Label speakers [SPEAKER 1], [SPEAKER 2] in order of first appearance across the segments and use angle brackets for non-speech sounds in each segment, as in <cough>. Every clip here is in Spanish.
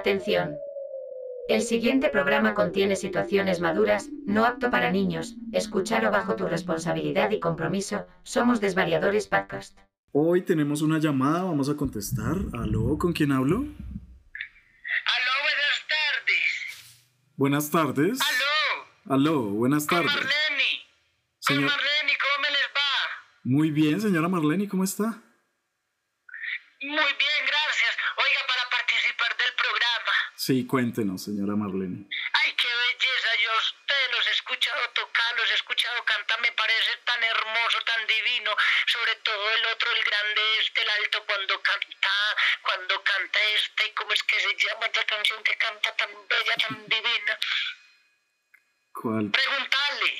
[SPEAKER 1] Atención. El siguiente programa contiene situaciones maduras, no apto para niños. Escuchar o bajo tu responsabilidad y compromiso. Somos Desvariadores Podcast.
[SPEAKER 2] Hoy tenemos una llamada, vamos a contestar. ¿Aló? ¿Con quién hablo?
[SPEAKER 3] Aló, buenas tardes.
[SPEAKER 2] Buenas tardes.
[SPEAKER 3] Aló,
[SPEAKER 2] Aló, buenas
[SPEAKER 3] con
[SPEAKER 2] tardes.
[SPEAKER 3] Marlene. Con
[SPEAKER 2] Señor,
[SPEAKER 3] Marlene, ¿cómo me les va?
[SPEAKER 2] muy bien, señora Marlene, ¿cómo está?
[SPEAKER 3] Muy bien, gracias. Oiga, para participar del programa.
[SPEAKER 2] Sí, cuéntenos, señora Marlene.
[SPEAKER 3] Ay, qué belleza. Yo a usted los he escuchado tocar, los he escuchado cantar. Me parece tan hermoso, tan divino. Sobre todo el otro, el grande este, el alto, cuando canta, cuando canta este. ¿Cómo es que se llama esta canción que canta tan bella, tan divina?
[SPEAKER 2] ¿Cuál?
[SPEAKER 3] Preguntarle.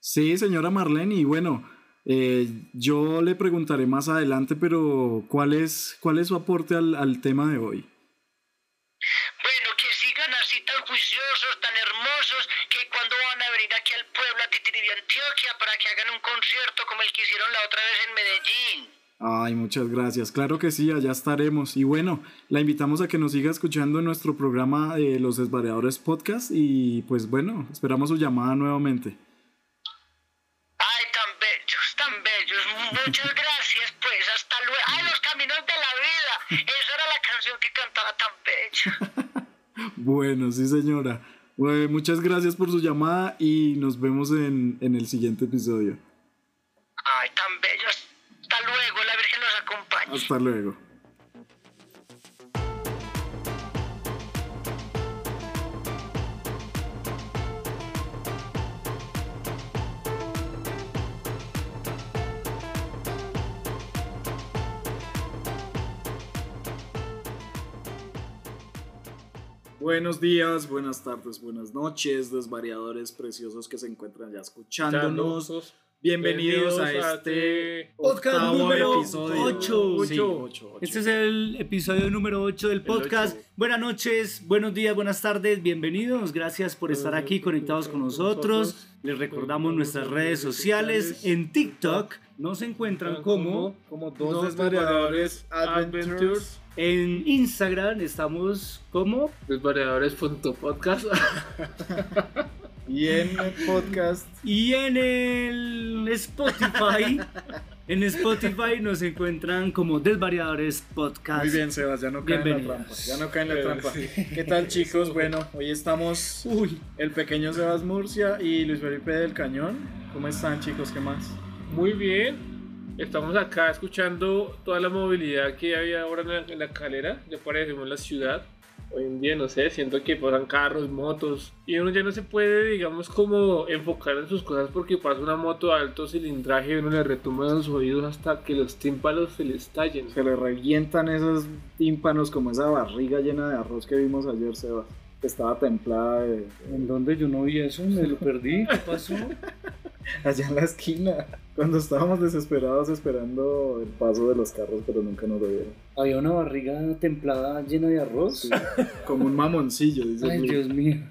[SPEAKER 2] Sí, señora Marlene, y bueno, eh, yo le preguntaré más adelante, pero ¿cuál es, cuál es su aporte al, al tema de hoy?
[SPEAKER 3] Bueno, que sigan así tan juiciosos, tan hermosos, que cuando van a venir aquí al pueblo, a Titiribi Antioquia, para que hagan un concierto como el que hicieron la otra vez en Medellín.
[SPEAKER 2] Ay, muchas gracias. Claro que sí, allá estaremos. Y bueno, la invitamos a que nos siga escuchando en nuestro programa de Los Desvariadores Podcast y pues bueno, esperamos su llamada nuevamente.
[SPEAKER 3] Ay, tan bellos, tan bellos. Muchas gracias, pues, hasta luego. Ay, los caminos de la vida. Esa era la canción que cantaba tan bella.
[SPEAKER 2] Bueno, sí señora. Eh, muchas gracias por su llamada y nos vemos en, en el siguiente episodio.
[SPEAKER 3] Ay, tan bello. Hasta luego, la Virgen los acompañe.
[SPEAKER 2] Hasta luego. Buenos días, buenas tardes, buenas noches, desvariadores preciosos que se encuentran ya escuchándonos.
[SPEAKER 4] Saludos.
[SPEAKER 2] Bienvenidos,
[SPEAKER 4] Bienvenidos
[SPEAKER 2] a
[SPEAKER 4] a
[SPEAKER 2] este
[SPEAKER 4] este
[SPEAKER 5] podcast
[SPEAKER 2] octavo
[SPEAKER 5] número
[SPEAKER 2] episodio.
[SPEAKER 5] ocho.
[SPEAKER 2] Sí,
[SPEAKER 4] Ocho.
[SPEAKER 2] ocho, ocho.
[SPEAKER 5] Este es el episodio número 8 del podcast.
[SPEAKER 4] ocho.
[SPEAKER 5] Buenas noches, buenos días, buenas tardes, bienvenidos. Gracias por estar aquí conectados con nosotros. Les recordamos nuestras redes sociales. En TikTok nos encuentran como,
[SPEAKER 2] como
[SPEAKER 4] Dos desvariadores Adventures.
[SPEAKER 5] en Instagram estamos como
[SPEAKER 4] Desvariadores.podcast.
[SPEAKER 2] y en el podcast
[SPEAKER 5] y en el <laughs> Spotify. En Spotify nos encuentran como Desvariadores Podcast.
[SPEAKER 2] Muy bien, Sebas, ya no cae en la
[SPEAKER 5] Bienvenidos.
[SPEAKER 2] trampa. Ya no cae en la
[SPEAKER 4] Pero
[SPEAKER 2] trampa. ¿Qué <laughs> tal, chicos? Bueno, hoy estamos
[SPEAKER 5] Uy,
[SPEAKER 2] el pequeño Sebas Murcia y Luis Felipe del Cañón. ¿Cómo están, chicos? ¿Qué más?
[SPEAKER 4] <laughs> Muy bien. Estamos acá escuchando toda la movilidad que había ahora en la, en la calera. Ya parecemos la ciudad. Hoy en día, no sé, siento que pasan carros, motos. Y uno ya no se puede, digamos, como enfocar en sus cosas porque pasa una moto de alto cilindraje y uno le retumba en los oídos hasta que los tímpanos se le estallen.
[SPEAKER 2] Se le revientan esos tímpanos como esa barriga llena de arroz que vimos ayer, Sebas. que Estaba templada de-
[SPEAKER 5] ¿en dónde yo no vi eso? Me lo perdí. ¿Qué pasó?
[SPEAKER 2] allá en la esquina. Cuando estábamos desesperados esperando el paso de los carros, pero nunca nos lo vieron.
[SPEAKER 5] Había una barriga templada llena de arroz.
[SPEAKER 2] Como un mamoncillo, dice
[SPEAKER 5] Ay,
[SPEAKER 2] Luis.
[SPEAKER 5] Dios mío.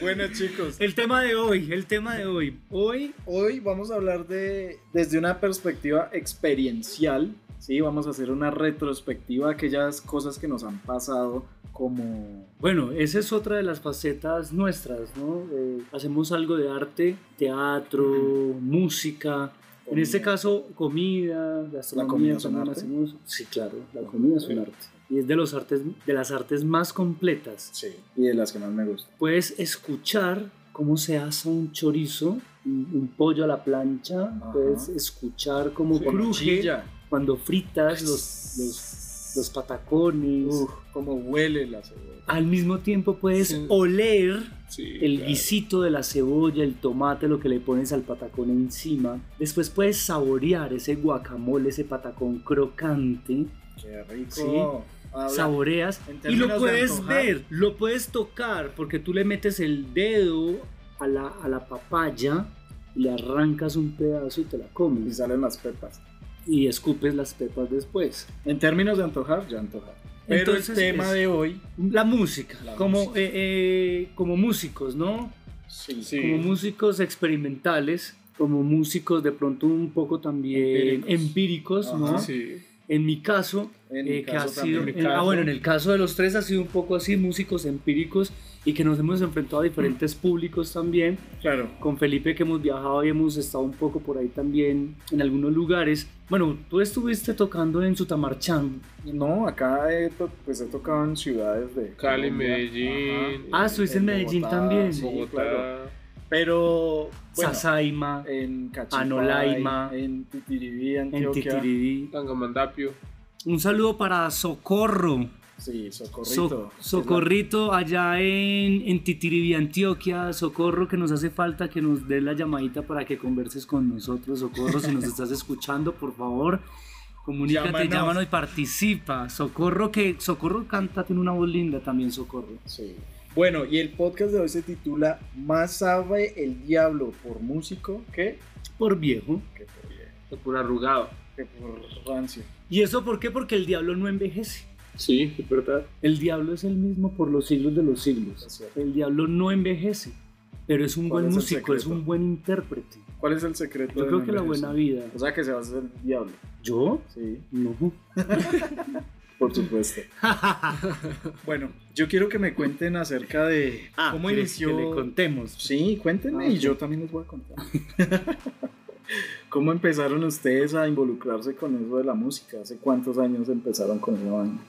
[SPEAKER 2] Bueno, chicos,
[SPEAKER 5] El tema de hoy, el tema de hoy. Hoy,
[SPEAKER 2] Hoy vamos a hablar de desde una perspectiva experiencial, sí, vamos a hacer una retrospectiva de aquellas cosas que nos han pasado como
[SPEAKER 5] bueno, esa es otra de las facetas nuestras, ¿no? Eh, hacemos algo de arte, teatro, música. En este caso, comida, gastronomía,
[SPEAKER 2] comida es un
[SPEAKER 5] también
[SPEAKER 2] arte?
[SPEAKER 5] hacemos- Sí, claro, la comida es un arte. Y es de, los artes, de las artes más completas.
[SPEAKER 2] sí, y de las que más me gustan.
[SPEAKER 5] Puedes escuchar cómo se hace un chorizo, un, un pollo a la plancha.
[SPEAKER 2] Ajá.
[SPEAKER 5] Puedes escuchar cómo
[SPEAKER 2] Con
[SPEAKER 5] cruje.
[SPEAKER 2] chilla.
[SPEAKER 5] cuando fritas los, los, los patacones.
[SPEAKER 2] Uf, como huele la cebolla.
[SPEAKER 5] Al mismo tiempo puedes
[SPEAKER 4] Sí.
[SPEAKER 5] oler
[SPEAKER 4] Sí,
[SPEAKER 5] el
[SPEAKER 4] claro.
[SPEAKER 5] guisito de la cebolla, el tomate, lo que le pones al patacón encima. Después puedes saborear ese guacamole, ese patacón crocante.
[SPEAKER 2] Qué rico.
[SPEAKER 5] Sí.
[SPEAKER 2] Habla-
[SPEAKER 5] Saboreas
[SPEAKER 2] en
[SPEAKER 5] y
[SPEAKER 2] términos
[SPEAKER 5] lo
[SPEAKER 2] de
[SPEAKER 5] puedes
[SPEAKER 2] antojar.
[SPEAKER 5] ver, lo puedes tocar porque tú le metes el dedo a la, a la papaya, le arrancas un pedazo y te la
[SPEAKER 2] Y
[SPEAKER 5] comes
[SPEAKER 2] salen las pepas.
[SPEAKER 5] y escupes las pepas después.
[SPEAKER 2] En términos de antojar, ya antojar. Pero
[SPEAKER 5] Entonces,
[SPEAKER 2] el tema
[SPEAKER 5] es-
[SPEAKER 2] de hoy,
[SPEAKER 5] La música,
[SPEAKER 2] La
[SPEAKER 5] como,
[SPEAKER 2] música.
[SPEAKER 5] eh, eh, como músicos, ¿no?
[SPEAKER 2] sí,
[SPEAKER 4] Sí.
[SPEAKER 5] Como músicos experimentales, como músicos de pronto un poco también empíricos,
[SPEAKER 2] Ajá.
[SPEAKER 5] ¿no?
[SPEAKER 4] Sí.
[SPEAKER 5] En mi caso,
[SPEAKER 2] En mi
[SPEAKER 5] eh, que
[SPEAKER 2] caso
[SPEAKER 5] ha
[SPEAKER 2] también,
[SPEAKER 5] sido,
[SPEAKER 2] en mi
[SPEAKER 5] en- ah,
[SPEAKER 2] caso.
[SPEAKER 5] bueno, en el caso de los tres ha sido un poco así, músicos empíricos y que nos hemos enfrentado a
[SPEAKER 2] Mm.
[SPEAKER 5] diferentes públicos también.
[SPEAKER 2] Claro.
[SPEAKER 5] Con Felipe que hemos viajado y hemos estado un poco por ahí también en algunos lugares. Bueno, tú estuviste tocando en Sutamarchán.
[SPEAKER 2] No, acá he, to- pues he tocado en ciudades de
[SPEAKER 4] Cali,
[SPEAKER 2] Colombia.
[SPEAKER 4] Medellín.
[SPEAKER 5] Ah, estuviste en
[SPEAKER 2] En
[SPEAKER 5] Medellín
[SPEAKER 2] Bogotá,
[SPEAKER 5] también.
[SPEAKER 2] sí.
[SPEAKER 4] Bogotá.
[SPEAKER 2] claro. Ajá. Pero bueno,
[SPEAKER 5] Sasaima,
[SPEAKER 2] en Cachipay,
[SPEAKER 5] Anolaima,
[SPEAKER 2] en Titiribí,
[SPEAKER 5] en
[SPEAKER 2] Antioquia.
[SPEAKER 5] Titirirí.
[SPEAKER 4] Tangamandapio.
[SPEAKER 5] Un saludo para Socorro.
[SPEAKER 2] Sí, Socorrito.
[SPEAKER 5] So-
[SPEAKER 2] que es la-
[SPEAKER 5] socorrito allá en, en Titiribí, Antioquia. Socorro, que nos hace falta que nos dé la llamadita para que converses con nosotros. Socorro, si
[SPEAKER 2] <laughs>
[SPEAKER 5] nos estás escuchando, por favor, comunícate,
[SPEAKER 2] Llámanos.
[SPEAKER 5] llámanos, y participa. Socorro, que Socorro canta, tiene una voz linda también, Socorro.
[SPEAKER 2] Sí. Bueno, y el podcast de hoy se titula Más sabe el diablo por músico que,
[SPEAKER 5] Por viejo.
[SPEAKER 2] que, por,
[SPEAKER 4] De puro arrugado.
[SPEAKER 2] que por rancio.
[SPEAKER 5] ¿Y eso por qué? Porque el diablo no envejece.
[SPEAKER 4] Sí, es verdad.
[SPEAKER 5] El diablo es el mismo por los siglos de los siglos.
[SPEAKER 2] Es cierto.
[SPEAKER 5] El diablo no envejece, pero es un
[SPEAKER 2] ¿Cuál
[SPEAKER 5] buen
[SPEAKER 2] es el
[SPEAKER 5] músico, es
[SPEAKER 2] secreto?
[SPEAKER 5] un buen intérprete.
[SPEAKER 2] ¿Cuál es el secreto?
[SPEAKER 5] Yo
[SPEAKER 2] de
[SPEAKER 5] creo que la
[SPEAKER 2] envejecer?
[SPEAKER 5] buena vida.
[SPEAKER 2] O sea que se va a hacer el diablo.
[SPEAKER 5] ¿Yo?
[SPEAKER 2] Sí,
[SPEAKER 5] <laughs> No.
[SPEAKER 2] por supuesto. bueno, yo quiero que me cuenten acerca de
[SPEAKER 5] Ah,
[SPEAKER 2] cómo inició.
[SPEAKER 5] contemos.
[SPEAKER 2] Sí, cuéntenme
[SPEAKER 5] Ah,
[SPEAKER 2] y
[SPEAKER 5] sí.
[SPEAKER 2] yo también les voy a contar. <laughs> ¿Cómo empezaron ustedes a involucrarse con eso de la música? ¿Hace cuántos años empezaron con esa banda?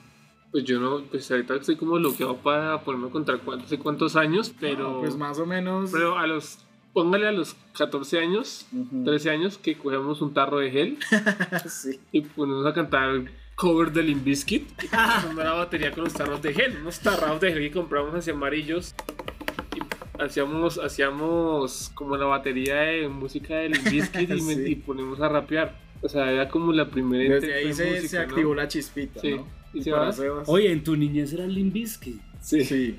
[SPEAKER 4] Pues yo no, pues ahorita estoy como bloqueado para ponerme a contar cuántos y cuántos años, pero.
[SPEAKER 2] Ah, pues más o menos.
[SPEAKER 4] Pero a los. Póngale a los 14 años,
[SPEAKER 2] Ujú.
[SPEAKER 4] 13 años, que cogemos un tarro de gel
[SPEAKER 2] <laughs> Sí.
[SPEAKER 4] y ponemos a cantar cover de Limp Bizkit. Y tocando la batería con los tarros de gel. Unos tarros de gel que compramos hacia amarillos. Y hacíamos, hacíamos como la batería de música de Limp
[SPEAKER 2] <laughs>
[SPEAKER 4] Bizkit y, me-
[SPEAKER 2] Sí.
[SPEAKER 4] y ponemos a rapear. O sea, era como la primera
[SPEAKER 2] Desde ahí
[SPEAKER 4] intento de
[SPEAKER 2] se,
[SPEAKER 4] música,
[SPEAKER 2] se
[SPEAKER 4] ¿no?
[SPEAKER 2] activó la chispita,
[SPEAKER 4] Sí.
[SPEAKER 2] ¿no?
[SPEAKER 4] ¿Y
[SPEAKER 2] Y
[SPEAKER 4] se
[SPEAKER 2] para
[SPEAKER 4] va?
[SPEAKER 2] Sebas.
[SPEAKER 5] Oye, en tu niñez era Limbisky.
[SPEAKER 2] Sí.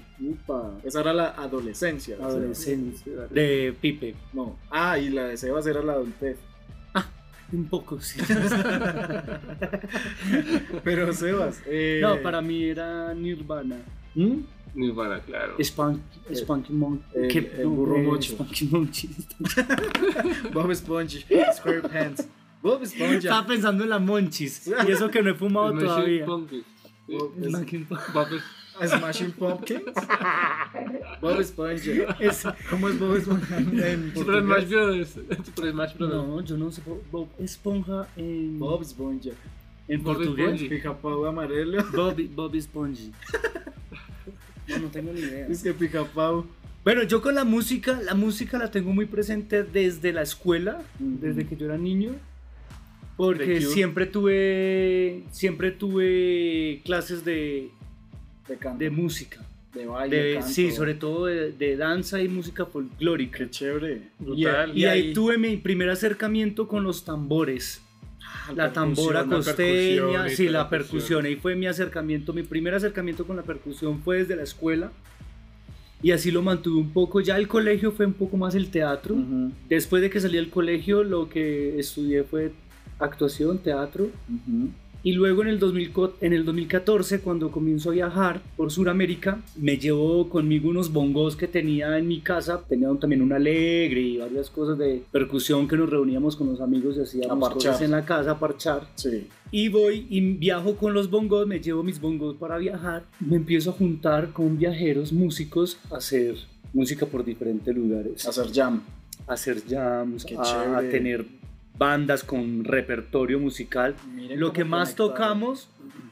[SPEAKER 2] Esa era la adolescencia. la de Sebas.
[SPEAKER 5] Adolescencia. De Pipe.
[SPEAKER 2] No. Ah, y la de Sebas era la E adultez.
[SPEAKER 5] Un poco, <laughs> sí.
[SPEAKER 2] <laughs> Pero Sebas. eh,
[SPEAKER 5] no, para mí era Nirvana.
[SPEAKER 2] ¿Mm?
[SPEAKER 4] Nirvana, claro.
[SPEAKER 5] Spunk, Spunky Monkey.
[SPEAKER 2] el-
[SPEAKER 5] ¿Qué?
[SPEAKER 2] el
[SPEAKER 5] No,
[SPEAKER 2] burro
[SPEAKER 5] eh,
[SPEAKER 2] mocho.
[SPEAKER 5] Spunky Monkey.
[SPEAKER 2] Bob Esponja. Squarepants. Bob
[SPEAKER 5] Estaba
[SPEAKER 2] Esponja.
[SPEAKER 5] pensando en la Monchis. Y eso que no he fumado
[SPEAKER 4] Smashing
[SPEAKER 5] todavía.
[SPEAKER 4] Pumpkins. Sí.
[SPEAKER 2] Bob Es-
[SPEAKER 5] Smashing Punk.
[SPEAKER 2] <laughs>
[SPEAKER 4] Buffett.
[SPEAKER 2] Smashing Pumpkins. Bob Esponja.
[SPEAKER 5] Es-
[SPEAKER 2] ¿Cómo es Bob
[SPEAKER 5] <laughs>
[SPEAKER 2] Esponja en
[SPEAKER 4] Super Smash
[SPEAKER 2] portugués?
[SPEAKER 4] Brothers. Super Smash Brothers.
[SPEAKER 5] No, yo no sé. Bob- Bob Esponja en,
[SPEAKER 2] Bob Esponja.
[SPEAKER 5] en
[SPEAKER 4] Bob
[SPEAKER 5] portugués.
[SPEAKER 4] Esponji.
[SPEAKER 2] Picapau amarelo.
[SPEAKER 5] Bob, Bob Esponji. No, no tengo ni idea.
[SPEAKER 2] Es que Picapau.
[SPEAKER 5] Bueno, yo con la música, la música la tengo muy presente desde la escuela,
[SPEAKER 2] Ujú.
[SPEAKER 5] desde que yo era niño,
[SPEAKER 4] The
[SPEAKER 5] porque
[SPEAKER 4] Cure.
[SPEAKER 5] siempre tuve, siempre tuve clases de,
[SPEAKER 2] De canto.
[SPEAKER 5] de música,
[SPEAKER 2] de baile.
[SPEAKER 5] de,
[SPEAKER 2] canto.
[SPEAKER 5] sí, sobre todo de, de danza y música folclórica.
[SPEAKER 2] Qué chévere.
[SPEAKER 4] Brutal.
[SPEAKER 5] Y ahí tuve mi primer acercamiento con los tambores, la tambora
[SPEAKER 2] percusión, Ah, la
[SPEAKER 5] costeña,
[SPEAKER 4] percusión y
[SPEAKER 5] sí,
[SPEAKER 4] toda
[SPEAKER 5] la
[SPEAKER 4] la cuestión.
[SPEAKER 5] percusión. Ahí fue mi acercamiento, mi primer acercamiento con la percusión fue desde la escuela. Y así lo mantuve un poco. Ya el colegio fue un poco más el teatro.
[SPEAKER 2] Ujú,
[SPEAKER 5] Después de que salí del colegio, lo que estudié fue actuación, teatro.
[SPEAKER 2] ujú.
[SPEAKER 5] Y luego en el, 2000 co- en el 2014, cuando comienzo a viajar por Sudamérica, me llevó conmigo unos bongos que tenía en mi casa. Tenía un- también un alegre y varias cosas de percusión que nos reuníamos con los amigos y hacíamos
[SPEAKER 2] A parchar.
[SPEAKER 5] cosas en la casa a parchar.
[SPEAKER 2] Sí.
[SPEAKER 5] Y voy y viajo con los bongos, me llevo mis bongos para viajar. Me empiezo a juntar con viajeros, músicos, a hacer música por diferentes lugares
[SPEAKER 2] Hacer jam.
[SPEAKER 5] a hacer jams,
[SPEAKER 2] Qué
[SPEAKER 5] a, a
[SPEAKER 2] chévere.
[SPEAKER 5] tener bandas con repertorio musical.
[SPEAKER 2] Miren
[SPEAKER 5] Lo
[SPEAKER 2] cómo
[SPEAKER 5] que más
[SPEAKER 2] conectado.
[SPEAKER 5] tocamos,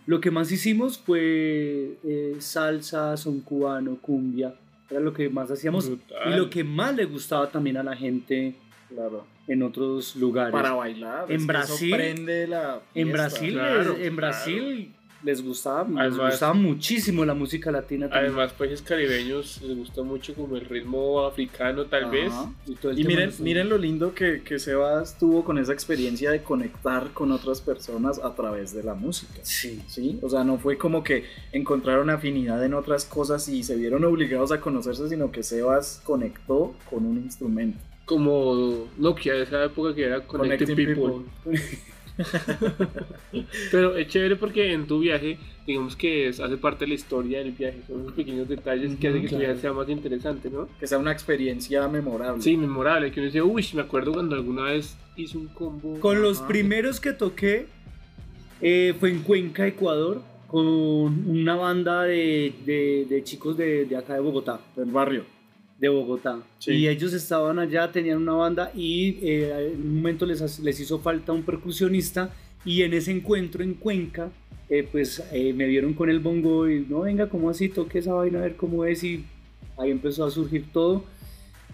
[SPEAKER 5] lo que más hicimos fue eh, salsa, son cubano, cumbia. Era lo que más hacíamos
[SPEAKER 4] Brutal.
[SPEAKER 5] y lo que más le gustaba también a la gente
[SPEAKER 2] Claro.
[SPEAKER 5] en otros lugares.
[SPEAKER 2] Para bailar.
[SPEAKER 5] En
[SPEAKER 2] es que
[SPEAKER 5] Brasil-
[SPEAKER 2] Eso prende la.
[SPEAKER 5] en
[SPEAKER 2] fiesta.
[SPEAKER 5] Brasil,
[SPEAKER 4] claro,
[SPEAKER 5] les- en
[SPEAKER 4] claro.
[SPEAKER 5] Brasil les gustaba, les
[SPEAKER 4] Además-
[SPEAKER 5] gustaba muchísimo la música latina también.
[SPEAKER 4] Además, países caribeños les gusta mucho como el ritmo africano, tal
[SPEAKER 2] Ajá.
[SPEAKER 4] vez.
[SPEAKER 5] y todo el
[SPEAKER 2] Y
[SPEAKER 5] tema
[SPEAKER 2] miren,
[SPEAKER 5] de los-
[SPEAKER 2] miren lo lindo que, que Sebas tuvo con esa experiencia de conectar con otras personas a través de la música.
[SPEAKER 5] Sí.
[SPEAKER 2] ¿Sí? O sea, no fue como que encontraron afinidad en otras cosas y se vieron obligados a conocerse, sino que Sebas conectó con un instrumento.
[SPEAKER 4] Como Nokia de esa época que era Connecting,
[SPEAKER 2] Connecting
[SPEAKER 4] people. <laughs> Pero es chévere porque en tu viaje, digamos que es- hace parte de la historia del viaje. Son los pequeños detalles que
[SPEAKER 5] Ujú,
[SPEAKER 4] hacen que tu
[SPEAKER 5] claro.
[SPEAKER 4] viaje sea más interesante, ¿no?
[SPEAKER 2] Que sea una experiencia memorable.
[SPEAKER 4] Sí, memorable. Que uno dice, uy, me acuerdo cuando alguna vez hice un combo.
[SPEAKER 5] Con los
[SPEAKER 2] Ajá.
[SPEAKER 5] primeros que toqué eh, fue en Cuenca, Ecuador, con una banda de, de- de chicos de, de acá de Bogotá,
[SPEAKER 2] del barrio.
[SPEAKER 5] de Bogotá.
[SPEAKER 2] Sí.
[SPEAKER 5] Y ellos estaban allá, tenían una banda y eh, en un momento les, hace- les hizo falta un percusionista y en ese encuentro en Cuenca, eh, pues eh, me vieron con el bongo y no, venga, ¿cómo así? Toque esa vaina a ver cómo es y ahí empezó a surgir todo.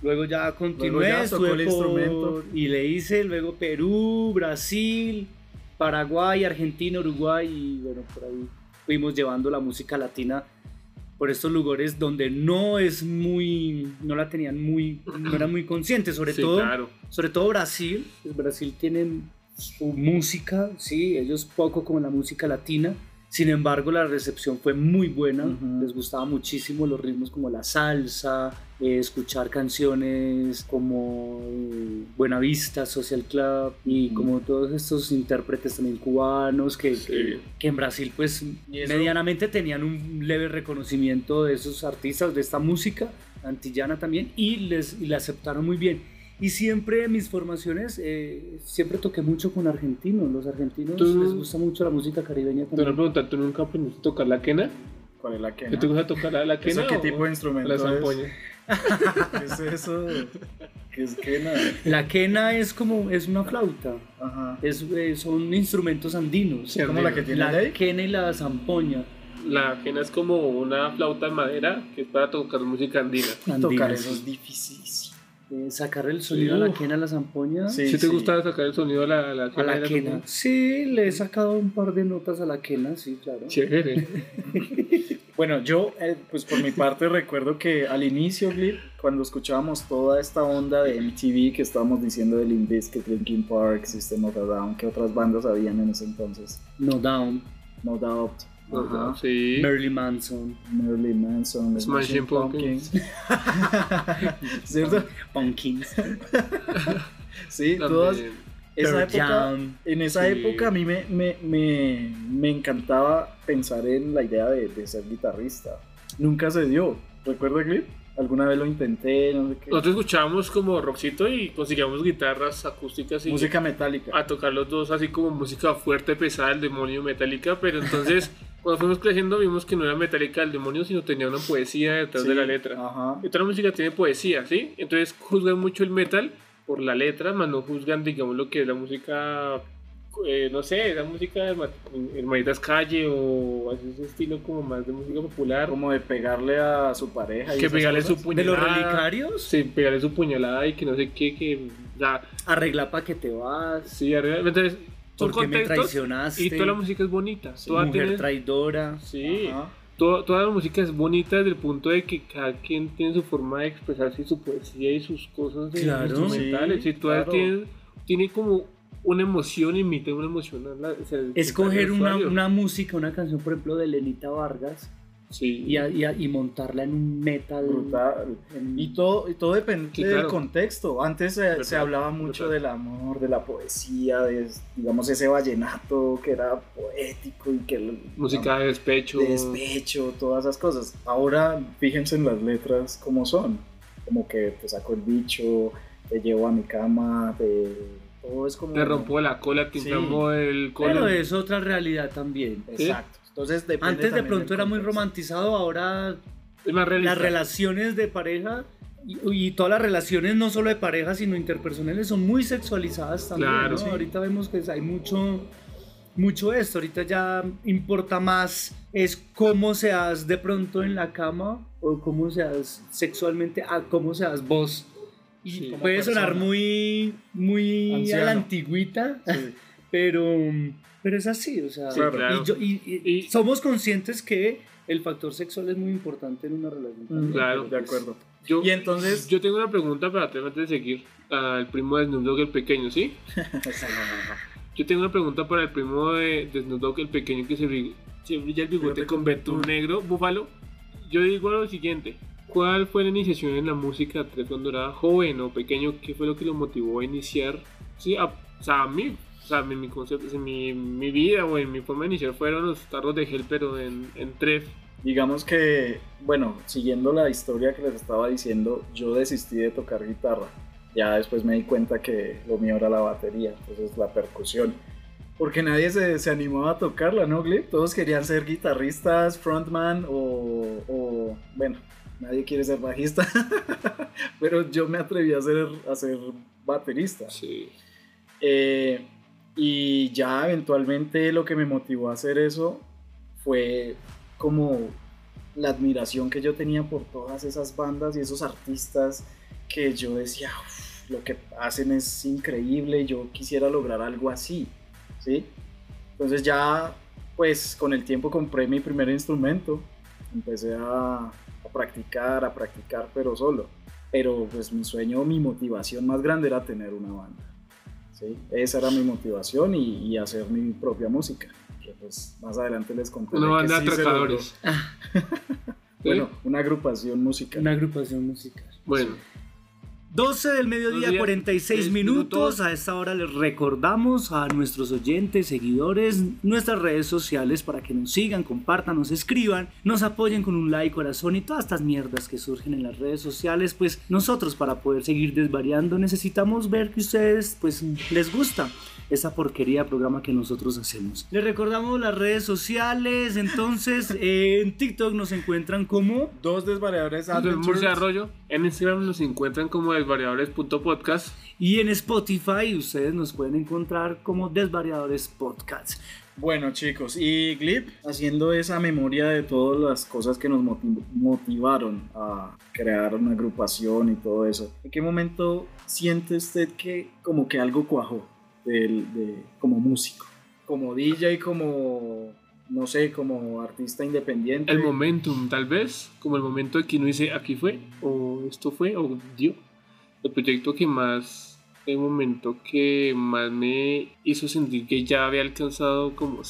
[SPEAKER 5] Luego ya continué,
[SPEAKER 2] ya tocó
[SPEAKER 5] estuve
[SPEAKER 2] el
[SPEAKER 5] por-
[SPEAKER 2] instrumento.
[SPEAKER 5] y le hice luego Perú, Brasil, Paraguay, Argentina, Uruguay y bueno, por ahí fuimos llevando la música latina por estos lugares donde no es muy, no la tenían muy, no eran muy conscientes, sobre
[SPEAKER 4] Sí,
[SPEAKER 5] todo
[SPEAKER 4] claro.
[SPEAKER 5] sobre todo Brasil. pues Brasil tiene su música, sí, ellos poco con la música latina. Sin embargo, la recepción fue muy buena.
[SPEAKER 2] Ujú.
[SPEAKER 5] Les gustaba muchísimo los ritmos como la salsa, eh, escuchar canciones como eh, Buenavista, Social Club y
[SPEAKER 2] Ujú.
[SPEAKER 5] como todos estos intérpretes también cubanos que,
[SPEAKER 4] Sí.
[SPEAKER 5] que, que en Brasil pues
[SPEAKER 2] ¿Y eso?
[SPEAKER 5] medianamente tenían un leve reconocimiento de esos artistas, de esta música antillana también y les y la aceptaron muy bien. Y siempre en mis formaciones, eh, siempre toqué mucho con argentinos. Los argentinos
[SPEAKER 4] Tú-
[SPEAKER 5] les gusta mucho la música caribeña
[SPEAKER 4] Te voy a
[SPEAKER 5] también.
[SPEAKER 4] preguntar, ¿tú nunca aprendiste a tocar la quena?
[SPEAKER 2] ¿Cuál es la que?
[SPEAKER 4] ¿Qué te gusta tocar la, la quena?
[SPEAKER 2] ¿Eso qué
[SPEAKER 4] o-
[SPEAKER 2] tipo de instrumento
[SPEAKER 4] La
[SPEAKER 2] es?
[SPEAKER 4] zampoña.
[SPEAKER 2] ¿Qué es eso? ¿Qué es quena?
[SPEAKER 5] La quena es como, es una flauta,
[SPEAKER 2] Ajá.
[SPEAKER 5] es, eh, son instrumentos andinos.
[SPEAKER 4] Sí,
[SPEAKER 2] ¿Cómo la que tiene
[SPEAKER 5] La
[SPEAKER 2] ley?
[SPEAKER 5] quena y la zampoña.
[SPEAKER 4] La quena es como una flauta de madera que es para tocar música andina.
[SPEAKER 2] Tocar
[SPEAKER 5] andina,
[SPEAKER 2] eso es
[SPEAKER 5] sí.
[SPEAKER 2] difícil.
[SPEAKER 5] Eh, sacar el sonido a la
[SPEAKER 4] Uf.
[SPEAKER 5] quena, a la zampoña.
[SPEAKER 2] Sí,
[SPEAKER 4] ¿Sí, te gustaba sacar el sonido a la, la
[SPEAKER 5] A
[SPEAKER 4] quena?
[SPEAKER 5] la
[SPEAKER 4] Era
[SPEAKER 5] quena.
[SPEAKER 4] como
[SPEAKER 5] Sí, le he sacado un par de notas a la quena, sí, claro.
[SPEAKER 4] Chévere.
[SPEAKER 2] <laughs> Bueno, yo, eh, pues por mi parte, recuerdo que al inicio, Glip, cuando escuchábamos toda esta onda de MTV que estábamos diciendo de Limp Bizkit, Linkin Park, System of a Down, ¿qué otras bandas habían en ese entonces?
[SPEAKER 5] No Down,
[SPEAKER 2] No Doubt,
[SPEAKER 4] Ajá.
[SPEAKER 2] Ajá.
[SPEAKER 4] Sí.
[SPEAKER 5] Marilyn Manson,
[SPEAKER 2] Marilyn Manson,
[SPEAKER 4] Smashing Pumpkins.
[SPEAKER 2] <laughs> ¿Cierto?
[SPEAKER 5] Pumpkins,
[SPEAKER 2] Sí, todas
[SPEAKER 4] También.
[SPEAKER 2] esa
[SPEAKER 5] Pearl
[SPEAKER 2] época,
[SPEAKER 5] Jam.
[SPEAKER 2] en esa
[SPEAKER 4] Sí.
[SPEAKER 2] época a mí me, me, me, me encantaba pensar en la idea de, de ser guitarrista. Nunca se dio. ¿Recuerda, Glip? Alguna vez lo intenté, no sé qué.
[SPEAKER 4] Nosotros escuchábamos como Roxito y conseguíamos guitarras acústicas y
[SPEAKER 2] Música metálica.
[SPEAKER 4] a tocar los dos así como música fuerte, pesada, el demonio, metálica, pero entonces <laughs> cuando fuimos creciendo vimos que no era metálica el demonio, sino tenía una poesía detrás de
[SPEAKER 2] Sí,
[SPEAKER 4] la letra.
[SPEAKER 2] Ajá.
[SPEAKER 4] Y toda la música tiene poesía, ¿sí? Entonces juzgan mucho el metal por la letra, más no juzgan, digamos, lo que es la música, eh, no sé, la música de herma- Hermanitas Calle o así ese estilo como más de música popular.
[SPEAKER 2] Como de pegarle a su pareja. y
[SPEAKER 4] Que
[SPEAKER 2] esas
[SPEAKER 4] pegarle su
[SPEAKER 2] cosas.
[SPEAKER 5] De los
[SPEAKER 4] puñalada.
[SPEAKER 5] relicarios,
[SPEAKER 4] Sí, pegarle su puñalada y que no sé qué, que... la
[SPEAKER 5] arregla pa' que te vas,
[SPEAKER 4] sí, arriba. entonces... Son
[SPEAKER 5] porque me
[SPEAKER 4] contextos
[SPEAKER 5] traicionaste,
[SPEAKER 4] y toda la música es bonita. toda
[SPEAKER 5] mujer
[SPEAKER 4] tiene-
[SPEAKER 5] traidora.
[SPEAKER 4] Sí,
[SPEAKER 2] Ajá.
[SPEAKER 4] toda, toda la música es bonita desde el punto de que cada quien tiene su forma de expresarse y su poesía y sus cosas de-
[SPEAKER 5] Claro.
[SPEAKER 4] instrumentales.
[SPEAKER 2] Sí,
[SPEAKER 4] y todas
[SPEAKER 2] claro.
[SPEAKER 4] tienen, tiene como una emoción, imita una emoción. a la- o sea,
[SPEAKER 5] Escoger
[SPEAKER 4] al
[SPEAKER 5] una,
[SPEAKER 4] usuario.
[SPEAKER 5] una música, una canción, por ejemplo, de Lenita Vargas
[SPEAKER 4] Sí.
[SPEAKER 5] y, a- y a- y montarla en un metal.
[SPEAKER 2] Brutal.
[SPEAKER 5] en-
[SPEAKER 2] Y todo, y todo depende
[SPEAKER 4] Sí,
[SPEAKER 2] del
[SPEAKER 4] claro.
[SPEAKER 2] contexto. Antes se, se
[SPEAKER 4] Verdad,
[SPEAKER 2] hablaba mucho
[SPEAKER 4] verdad.
[SPEAKER 2] del amor, de la poesía, de digamos ese vallenato que era poético y que
[SPEAKER 4] Música de despecho.
[SPEAKER 2] de despecho, todas esas cosas. Ahora fíjense en las letras como son, como que te saco el bicho, te llevo a mi cama, te todo es como
[SPEAKER 4] Te rompo la cola, te
[SPEAKER 2] Sí.
[SPEAKER 4] inflamó el
[SPEAKER 5] Pero
[SPEAKER 4] colon.
[SPEAKER 5] es otra realidad también.
[SPEAKER 2] Exacto. Entonces depende
[SPEAKER 5] Antes de
[SPEAKER 2] también
[SPEAKER 5] pronto
[SPEAKER 2] del
[SPEAKER 5] era muy
[SPEAKER 2] contexto.
[SPEAKER 5] romantizado, ahora
[SPEAKER 4] Es más realista.
[SPEAKER 5] las relaciones de pareja y, y todas las relaciones no solo de pareja sino interpersonales son muy sexualizadas también
[SPEAKER 4] Claro,
[SPEAKER 5] ¿no?
[SPEAKER 4] sí.
[SPEAKER 5] ahorita vemos que hay mucho mucho esto ahorita ya importa más es cómo seas de pronto en la cama o cómo seas sexualmente a cómo seas vos y
[SPEAKER 4] Sí.
[SPEAKER 5] puede
[SPEAKER 2] Como
[SPEAKER 5] sonar
[SPEAKER 2] persona.
[SPEAKER 5] muy muy a
[SPEAKER 2] Anciano.
[SPEAKER 5] la antigüita
[SPEAKER 2] Sí.
[SPEAKER 5] <laughs> pero pero es así o sea
[SPEAKER 4] Sí,
[SPEAKER 5] y
[SPEAKER 4] claro.
[SPEAKER 5] yo- y- y
[SPEAKER 4] Y-
[SPEAKER 5] somos conscientes que el factor sexual es muy importante en una relación también.
[SPEAKER 4] Claro.
[SPEAKER 2] De acuerdo.
[SPEAKER 4] Yo,
[SPEAKER 2] Y entonces-
[SPEAKER 4] Yo tengo una pregunta para ti antes de seguir. Al primo de Snoop Dogg, el pequeño,
[SPEAKER 2] <laughs>
[SPEAKER 4] ¿sí? Yo tengo una pregunta para el primo de, de Snoop Dogg, el pequeño que se, bri- se brilla el bigote
[SPEAKER 2] Bigote
[SPEAKER 4] con
[SPEAKER 2] con
[SPEAKER 4] betún
[SPEAKER 2] betún.
[SPEAKER 4] negro, búfalo. Yo digo lo siguiente. ¿Cuál fue la iniciación en la música tres cuando era joven o pequeño? ¿Qué fue lo que lo motivó a iniciar? Sí, a, o sea, a mí, o sea, mi, mi concepto, en mi, mi vida o en mi forma de iniciar fueron los tarros de gel, pero en, en tref.
[SPEAKER 2] Digamos que, bueno, siguiendo la historia que les estaba diciendo, yo desistí de tocar guitarra. Ya después me di cuenta que lo mío era la batería, entonces la percusión. Porque nadie se, se animaba a tocarla, ¿no, Glip? Todos querían ser guitarristas, frontman o, o bueno, nadie quiere ser bajista. <laughs> Pero yo me atreví a ser, a ser baterista.
[SPEAKER 4] Sí.
[SPEAKER 2] Eh, y ya eventualmente lo que me motivó a hacer eso fue como la admiración que yo tenía por todas esas bandas y esos artistas que yo decía, "Uf, lo que hacen es increíble, yo quisiera lograr algo así, ¿sí? Entonces ya, pues con el tiempo compré mi primer instrumento, empecé a, a practicar, a practicar, pero solo. Pero pues mi sueño, mi motivación más grande era tener una banda. ¿sí? Esa era mi motivación y, y hacer mi propia música. Que pues más adelante les contaré.
[SPEAKER 4] Una
[SPEAKER 2] que
[SPEAKER 4] banda
[SPEAKER 2] sí
[SPEAKER 4] de
[SPEAKER 2] se logró.
[SPEAKER 4] atracadores. <laughs>
[SPEAKER 2] Bueno, una agrupación musical.
[SPEAKER 5] Una agrupación musical.
[SPEAKER 4] Bueno,
[SPEAKER 5] 12 del mediodía,
[SPEAKER 4] Dos días,
[SPEAKER 5] 46
[SPEAKER 4] seis
[SPEAKER 5] minutos.
[SPEAKER 4] minutos.
[SPEAKER 5] A esta hora les recordamos a nuestros oyentes, seguidores, nuestras redes sociales para que nos sigan, compartan, nos escriban, nos apoyen con un like, corazón y todas estas mierdas que surgen en las redes sociales. Pues nosotros para poder seguir desvariando necesitamos ver que ustedes pues les gusta esa porquería de programa que nosotros hacemos. Les recordamos las redes sociales, entonces eh, en TikTok nos encuentran como...
[SPEAKER 2] Dos desvariadores
[SPEAKER 4] nosotros en Murcia de
[SPEAKER 2] Adventures.
[SPEAKER 4] Arroyo. En Instagram nos encuentran como desvariadores.podcast.
[SPEAKER 5] Y en Spotify ustedes nos pueden encontrar como Desvariadores Podcast.
[SPEAKER 2] Bueno, chicos, y Glip, haciendo esa memoria de todas las cosas que nos motiv- motivaron a crear una agrupación y todo eso, ¿en qué momento siente usted que como que algo cuajó del- de- como músico? Como DJ, como, no sé, como artista independiente.
[SPEAKER 4] El momentum, tal vez, como el momento de que uno dice aquí fue, o esto fue, o dio. El proyecto que más, el momento que más me hizo sentir que ya había alcanzado como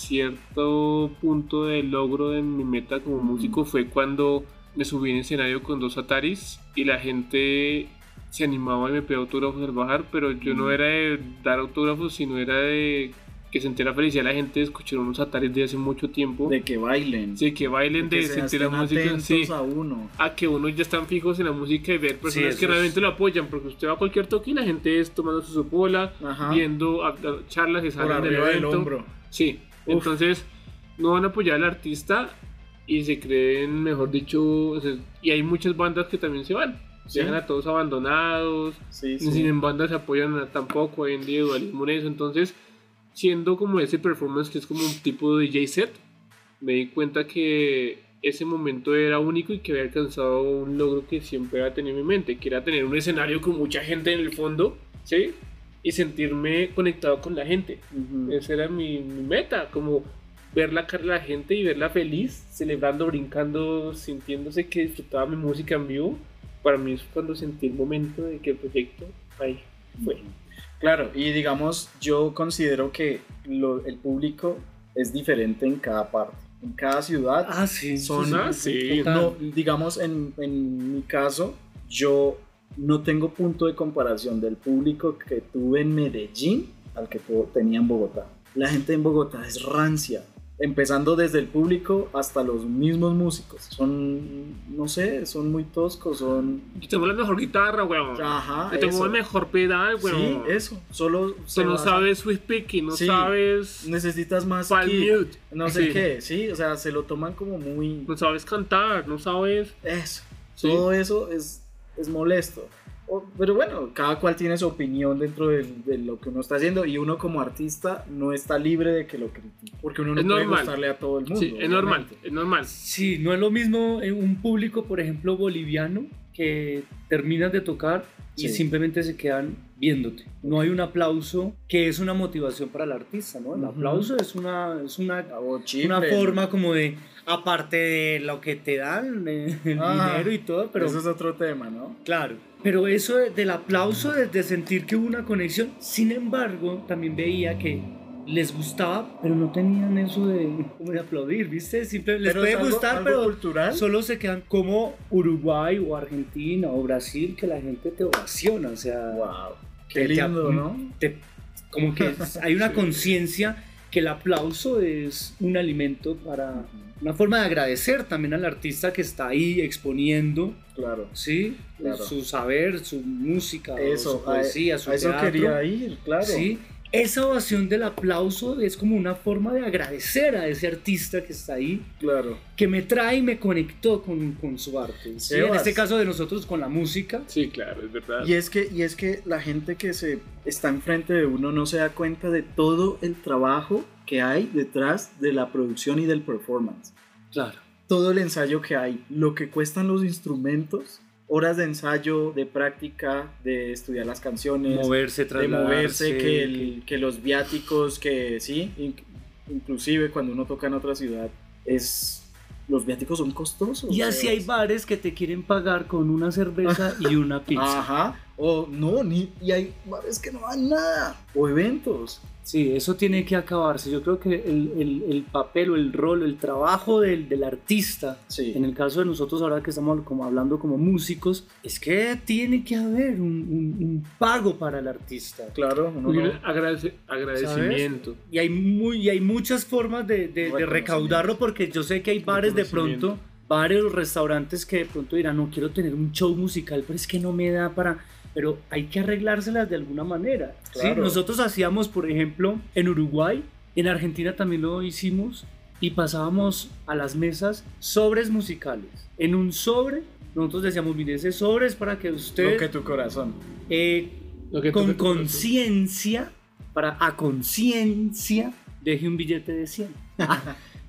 [SPEAKER 4] cierto punto de logro de mi meta como músico fue cuando me subí en escenario con dos Ataris y la gente se animaba y me pedía autógrafos al bajar, pero yo no era de dar autógrafos, sino era de que sentiera felicidad la gente de escuchar unos Ataris de hace mucho tiempo.
[SPEAKER 2] De que bailen.
[SPEAKER 4] Sí, que
[SPEAKER 2] de
[SPEAKER 4] bailen de,
[SPEAKER 2] que se
[SPEAKER 4] sentir la
[SPEAKER 2] estén
[SPEAKER 4] música.
[SPEAKER 2] atentos
[SPEAKER 4] Sí,
[SPEAKER 2] a uno.
[SPEAKER 4] a que uno ya están fijos en la música y ver personas
[SPEAKER 5] eso
[SPEAKER 4] que
[SPEAKER 5] es.
[SPEAKER 4] realmente lo apoyan. Porque usted va a cualquier toque y la gente es tomando su sopola,
[SPEAKER 2] Ajá.
[SPEAKER 4] viendo a- a- charlas que
[SPEAKER 2] Ah. Por
[SPEAKER 4] salen del
[SPEAKER 2] arriba del
[SPEAKER 4] evento.
[SPEAKER 2] hombro.
[SPEAKER 4] Sí,
[SPEAKER 2] Uf.
[SPEAKER 4] entonces no van a apoyar al artista y se creen, mejor dicho, o sea, y hay muchas bandas que también se van.
[SPEAKER 2] Sí.
[SPEAKER 4] Dejan a todos abandonados,
[SPEAKER 2] Sí,
[SPEAKER 4] sin en bandas se apoyan a- tampoco, hay individualismo en eso. Entonces, siendo como ese performance que es como un tipo de DJ set, me di cuenta que ese momento era único y que había alcanzado un logro que siempre había tenido en mi mente, que era tener un escenario con mucha gente en el fondo, ¿sí? Y sentirme conectado con la gente.
[SPEAKER 2] Ujú.
[SPEAKER 4] Esa era mi, mi meta, como ver la cara de la gente y verla feliz, celebrando, brincando, sintiéndose que disfrutaba mi música en vivo. Para mí es cuando sentí el momento de que el proyecto ahí fue.
[SPEAKER 2] Claro, y digamos, yo considero que lo- el público es diferente en cada parte, en cada ciudad.
[SPEAKER 5] sí.
[SPEAKER 2] son,
[SPEAKER 4] Ah, sí.
[SPEAKER 2] no, digamos, en, en mi caso, yo no tengo punto de comparación del público que tuve en Medellín al que tu- tenía en Bogotá. La gente en Bogotá es rancia, empezando desde el público hasta los mismos músicos. Son, no sé, son muy toscos, son...
[SPEAKER 4] Yo tengo la mejor guitarra, weón.
[SPEAKER 2] Ajá,
[SPEAKER 4] Yo tengo
[SPEAKER 2] eso.
[SPEAKER 4] el mejor pedal,
[SPEAKER 2] Sí,
[SPEAKER 4] weón.
[SPEAKER 2] eso. Solo se
[SPEAKER 4] Tú no
[SPEAKER 2] basa-
[SPEAKER 4] sabes Swiss Picking, no
[SPEAKER 2] Sí.
[SPEAKER 4] sabes
[SPEAKER 2] necesitas más
[SPEAKER 4] Palm
[SPEAKER 2] kick,
[SPEAKER 4] Mute,
[SPEAKER 2] no sé
[SPEAKER 4] Sí.
[SPEAKER 2] qué, sí, o sea, se lo toman como muy
[SPEAKER 4] no sabes cantar, no sabes.
[SPEAKER 2] eso.
[SPEAKER 4] Sí.
[SPEAKER 2] Todo eso es, es molesto. O- pero bueno, cada cual tiene su opinión dentro de, de lo que uno está haciendo y uno como artista no está libre de que lo critique, porque uno no
[SPEAKER 4] Es
[SPEAKER 2] puede
[SPEAKER 4] normal.
[SPEAKER 2] gustarle a todo el mundo.
[SPEAKER 4] sí, es normal,
[SPEAKER 2] obviamente.
[SPEAKER 4] es normal.
[SPEAKER 5] Sí, no es lo mismo en un público, por ejemplo, boliviano, que terminas de tocar y
[SPEAKER 2] Sí.
[SPEAKER 5] simplemente se quedan viéndote. No hay un aplauso que es una motivación para el artista, ¿no? El
[SPEAKER 2] Ujú.
[SPEAKER 5] aplauso es una, es una,
[SPEAKER 2] O chimpen.
[SPEAKER 5] una forma como de, aparte de lo que te dan, eh, <laughs> el
[SPEAKER 2] Ah,
[SPEAKER 5] dinero y todo,
[SPEAKER 2] Pero
[SPEAKER 5] pero
[SPEAKER 2] eso es otro tema, ¿no?
[SPEAKER 5] Claro. Pero eso de- del aplauso, de, de sentir que hubo una conexión, sin embargo, también veía que les gustaba, pero no tenían eso de, como de aplaudir, ¿viste? Simple, les
[SPEAKER 2] Pero
[SPEAKER 5] puede
[SPEAKER 2] es algo-
[SPEAKER 5] gustar,
[SPEAKER 2] algo
[SPEAKER 5] pero
[SPEAKER 2] cultural.
[SPEAKER 5] solo se quedan como Uruguay o Argentina o Brasil, que la gente te ovaciona, o sea,
[SPEAKER 2] Wow, qué
[SPEAKER 5] Te- te-
[SPEAKER 2] lindo, ¿no?
[SPEAKER 5] te-
[SPEAKER 2] <laughs>
[SPEAKER 5] como que es- hay una conciencia que el aplauso es un alimento para una forma de agradecer también al artista que está ahí exponiendo
[SPEAKER 2] Claro.
[SPEAKER 5] Sí,
[SPEAKER 2] Claro.
[SPEAKER 5] su saber, su música, o
[SPEAKER 2] Eso,
[SPEAKER 5] su
[SPEAKER 2] a-
[SPEAKER 5] poesía, su
[SPEAKER 2] a eso
[SPEAKER 5] teatro.
[SPEAKER 2] quería ir, claro.
[SPEAKER 5] Sí, esa ovación del aplauso es como una forma de agradecer a ese artista que está ahí,
[SPEAKER 2] Claro.
[SPEAKER 5] que me trae y me conectó con, con su arte. ¿sí? En
[SPEAKER 2] Sebas.
[SPEAKER 5] este caso de nosotros con la música.
[SPEAKER 4] Sí, claro, es verdad.
[SPEAKER 2] Y es que, y es que la gente que se está enfrente de uno no se da cuenta de todo el trabajo que hay detrás de la producción y del performance.
[SPEAKER 5] Claro.
[SPEAKER 2] Todo el ensayo que hay, lo que cuestan los instrumentos, horas de ensayo, de práctica, de estudiar las canciones,
[SPEAKER 5] Moverse,
[SPEAKER 2] de
[SPEAKER 5] trasladarse.
[SPEAKER 2] moverse, que, el- que los viáticos, que sí, in- inclusive cuando uno toca en otra ciudad, es los viáticos son costosos.
[SPEAKER 5] Y así hay
[SPEAKER 2] weón.
[SPEAKER 5] bares que te quieren pagar con una cerveza
[SPEAKER 2] <laughs>
[SPEAKER 5] y una pizza.
[SPEAKER 2] Ajá. O no, ni, y hay bares que no dan nada. O eventos.
[SPEAKER 5] Sí, eso tiene que acabarse. Yo creo que el, el- el papel o el rol, el trabajo del, del artista,
[SPEAKER 2] Sí.
[SPEAKER 5] en el caso de nosotros ahora que estamos como hablando como músicos, es que tiene que haber un, un- un pago para el artista.
[SPEAKER 2] Claro, uno
[SPEAKER 4] Y un
[SPEAKER 2] no-
[SPEAKER 4] agradece- agradecimiento.
[SPEAKER 5] Y hay, muy, y hay muchas formas de, de- de recaudarlo porque yo sé que hay bares de pronto, bares o restaurantes que de pronto dirán, no quiero tener un show musical, pero es que no me da para... Pero hay que arreglárselas de alguna manera. ¿sí?
[SPEAKER 2] Claro.
[SPEAKER 5] Nosotros hacíamos, por ejemplo, en Uruguay, en Argentina también lo hicimos y pasábamos a las mesas sobres musicales. En un sobre, nosotros decíamos, mire, ese sobre es para que usted...
[SPEAKER 2] lo que tu corazón.
[SPEAKER 5] eh,
[SPEAKER 4] Lo que
[SPEAKER 5] con
[SPEAKER 4] toca-
[SPEAKER 5] conciencia, para a conciencia, deje un billete de 100.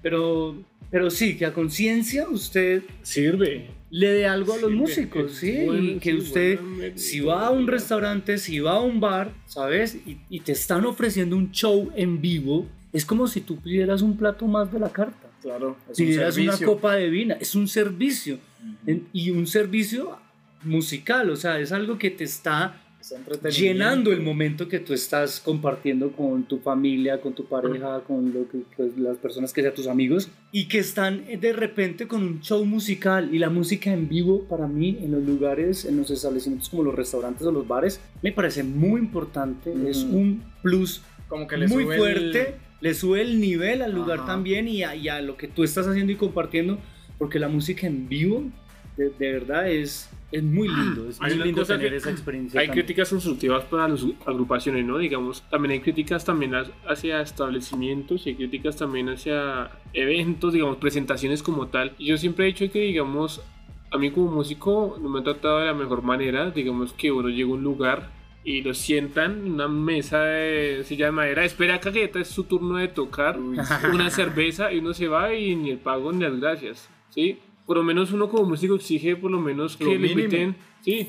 [SPEAKER 5] pero, pero sí, que a conciencia usted
[SPEAKER 4] Sirve.
[SPEAKER 5] le dé algo a los
[SPEAKER 4] Sirve,
[SPEAKER 5] músicos,
[SPEAKER 4] es
[SPEAKER 5] ¿sí?
[SPEAKER 4] bueno,
[SPEAKER 5] Y que
[SPEAKER 4] sí,
[SPEAKER 5] usted,
[SPEAKER 4] bueno,
[SPEAKER 5] si va a un restaurante, si va a un bar, ¿sabes? Y, y te están ofreciendo un show en vivo, es como si tú pidieras un plato más de la carta.
[SPEAKER 2] Claro, es
[SPEAKER 5] Si
[SPEAKER 2] un
[SPEAKER 5] dieras una
[SPEAKER 2] servicio.
[SPEAKER 5] copa de vino, es un servicio. En- Y un servicio musical, o sea, es algo que te está
[SPEAKER 2] Es entretenimiento.
[SPEAKER 5] llenando el momento que tú estás compartiendo con tu familia, con tu pareja, con lo que, pues, las personas que sean tus amigos y que están eh, de repente con un show musical y la música en vivo para mí en los lugares, en los establecimientos como los restaurantes o los bares me parece muy importante, es
[SPEAKER 2] Ujú.
[SPEAKER 5] un plus
[SPEAKER 2] Como que le
[SPEAKER 5] muy
[SPEAKER 2] sube el-
[SPEAKER 5] fuerte, le sube el nivel al lugar
[SPEAKER 2] Ajá.
[SPEAKER 5] también y a, y a lo que tú estás haciendo y compartiendo porque la música en vivo de, de verdad es, es muy
[SPEAKER 2] Ah,
[SPEAKER 5] lindo, es muy
[SPEAKER 4] Hay una
[SPEAKER 5] lindo
[SPEAKER 4] cosa
[SPEAKER 5] tener
[SPEAKER 4] que-
[SPEAKER 5] esa experiencia.
[SPEAKER 4] Hay
[SPEAKER 5] también.
[SPEAKER 4] críticas constructivas para las agrupaciones, ¿no? Digamos, también hay críticas también as- hacia establecimientos y hay críticas también hacia eventos, digamos, presentaciones como tal. Y Yo siempre he dicho que, digamos, a mí como músico no me han tratado de la mejor manera, digamos que uno llega a un lugar y lo sientan en una mesa de silla de madera, espera acá que ya es su turno de tocar, una cerveza y uno se va y ni el pago ni las gracias, ¿sí? Por lo menos uno como músico exige por lo menos que
[SPEAKER 2] Lo
[SPEAKER 4] le
[SPEAKER 2] mínimo.
[SPEAKER 4] inviten, sí,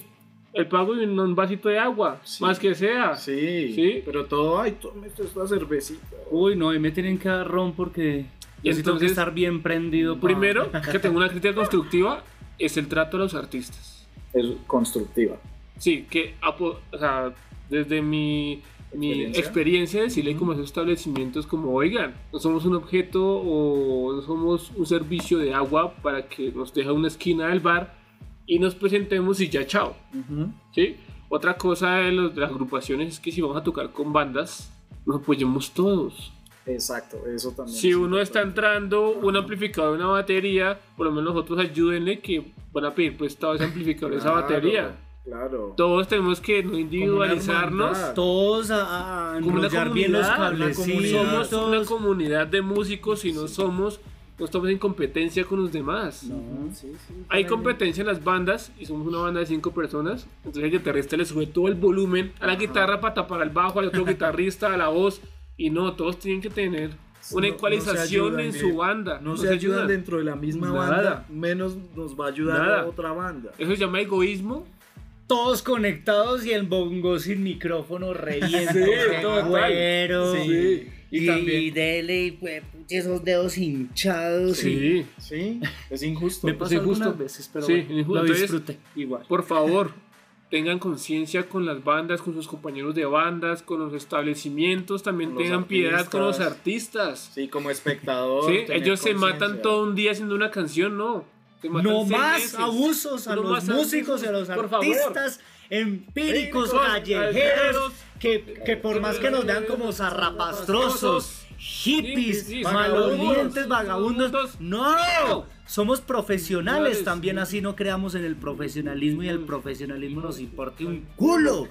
[SPEAKER 4] el pago y un, un vasito de agua,
[SPEAKER 2] Sí.
[SPEAKER 4] más que sea.
[SPEAKER 2] Sí,
[SPEAKER 4] Sí.
[SPEAKER 2] pero todo, ay, tome esto, esta cervecita.
[SPEAKER 5] Uy, no, y me tienen que dar ron porque yo sí tengo que
[SPEAKER 4] Entonces,
[SPEAKER 5] estar bien prendido. pa-
[SPEAKER 2] <laughs>
[SPEAKER 4] Primero, que tengo una crítica constructiva, es el trato a los artistas.
[SPEAKER 2] Es constructiva.
[SPEAKER 4] Sí, que apo- o sea, desde mi, mi
[SPEAKER 2] Experiencia.
[SPEAKER 4] experiencia decirle como a esos establecimientos como, oigan, no somos un objeto o no somos un servicio de agua para que nos deje a una esquina del bar y nos presentemos y ya chao. ¿sí? Otra cosa de, los, de las agrupaciones es que si vamos a tocar con bandas, nos apoyemos todos.
[SPEAKER 2] Exacto, eso también.
[SPEAKER 4] Si
[SPEAKER 2] es
[SPEAKER 4] uno está
[SPEAKER 2] importante.
[SPEAKER 4] entrando un amplificador, una batería, por lo menos nosotros ayúdenle que van a pedir prestado ese amplificador, esa
[SPEAKER 2] Claro,
[SPEAKER 4] batería.
[SPEAKER 2] Claro.
[SPEAKER 4] Todos tenemos que no individualizarnos.
[SPEAKER 2] hermandad.
[SPEAKER 5] Todos a, a
[SPEAKER 4] Como una
[SPEAKER 5] enrollar bien los
[SPEAKER 4] comunidad,
[SPEAKER 2] una
[SPEAKER 5] cablecitos.
[SPEAKER 2] comunidad.
[SPEAKER 4] Somos una comunidad de músicos y no somos, no estamos en competencia con los demás.
[SPEAKER 5] No, sí, sí,
[SPEAKER 4] Hay
[SPEAKER 5] totalmente.
[SPEAKER 4] competencia en las bandas y somos una banda de cinco personas. Entonces el guitarrista le sube todo el volumen a la guitarra para tapar al bajo,
[SPEAKER 2] <laughs>
[SPEAKER 4] al otro guitarrista, a la voz. Y no, todos tienen que tener una
[SPEAKER 2] No- no se
[SPEAKER 4] ecualización
[SPEAKER 2] ayudan,
[SPEAKER 4] en
[SPEAKER 2] eh.
[SPEAKER 4] su banda.
[SPEAKER 2] No, se, ayudan, dentro de la misma
[SPEAKER 4] Nada.
[SPEAKER 2] banda, menos nos va a ayudar
[SPEAKER 4] Nada.
[SPEAKER 2] la otra banda.
[SPEAKER 4] Eso se llama egoísmo.
[SPEAKER 5] Todos conectados y el bongo sin micrófono revienta.
[SPEAKER 4] Sí,
[SPEAKER 5] de
[SPEAKER 4] total.
[SPEAKER 5] cuero.
[SPEAKER 2] Sí.
[SPEAKER 5] Y,
[SPEAKER 2] Y también-
[SPEAKER 5] dele y pues, esos dedos hinchados. y-
[SPEAKER 4] Sí.
[SPEAKER 2] Sí, es injusto.
[SPEAKER 5] <laughs> Me pasó
[SPEAKER 4] Sí,
[SPEAKER 5] algunas
[SPEAKER 4] justo.
[SPEAKER 5] veces, pero
[SPEAKER 4] Sí,
[SPEAKER 5] bueno,
[SPEAKER 4] justo.
[SPEAKER 5] lo
[SPEAKER 4] Entonces,
[SPEAKER 5] disfruté igual.
[SPEAKER 2] <laughs>
[SPEAKER 4] Por favor, tengan conciencia con las bandas, con sus compañeros de bandas, con los establecimientos. También
[SPEAKER 2] Con los
[SPEAKER 4] tengan piedad con los
[SPEAKER 2] artistas.
[SPEAKER 4] artistas.
[SPEAKER 2] Sí, como espectador.
[SPEAKER 4] ¿sí?
[SPEAKER 2] tener
[SPEAKER 4] Ellos se
[SPEAKER 2] conciencia.
[SPEAKER 4] matan todo un día haciendo una canción, no. Se matan
[SPEAKER 5] No
[SPEAKER 4] seis
[SPEAKER 5] más
[SPEAKER 4] meses.
[SPEAKER 5] abusos a
[SPEAKER 4] No
[SPEAKER 5] los
[SPEAKER 4] más
[SPEAKER 5] músicos y a los
[SPEAKER 4] abusos, por favor.
[SPEAKER 5] artistas empíricos,
[SPEAKER 4] Empíricos,
[SPEAKER 5] callejeros,
[SPEAKER 4] callejeros,
[SPEAKER 5] que, que por más que nos vean como zarrapastrosos,
[SPEAKER 4] hippies,
[SPEAKER 5] hippies,
[SPEAKER 4] sí,
[SPEAKER 5] malolientes, vagabundos,
[SPEAKER 4] vagabundos,
[SPEAKER 5] no, Somos profesionales
[SPEAKER 4] Profesionales,
[SPEAKER 5] también,
[SPEAKER 4] sí.
[SPEAKER 5] así no creamos en el profesionalismo y el profesionalismo nos importa un
[SPEAKER 4] <laughs>
[SPEAKER 5] culo.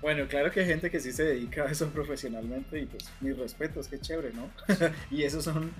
[SPEAKER 2] Bueno, claro que hay gente que sí se dedica a eso profesionalmente y pues mis respetos, qué chévere, ¿no? <laughs> y esos son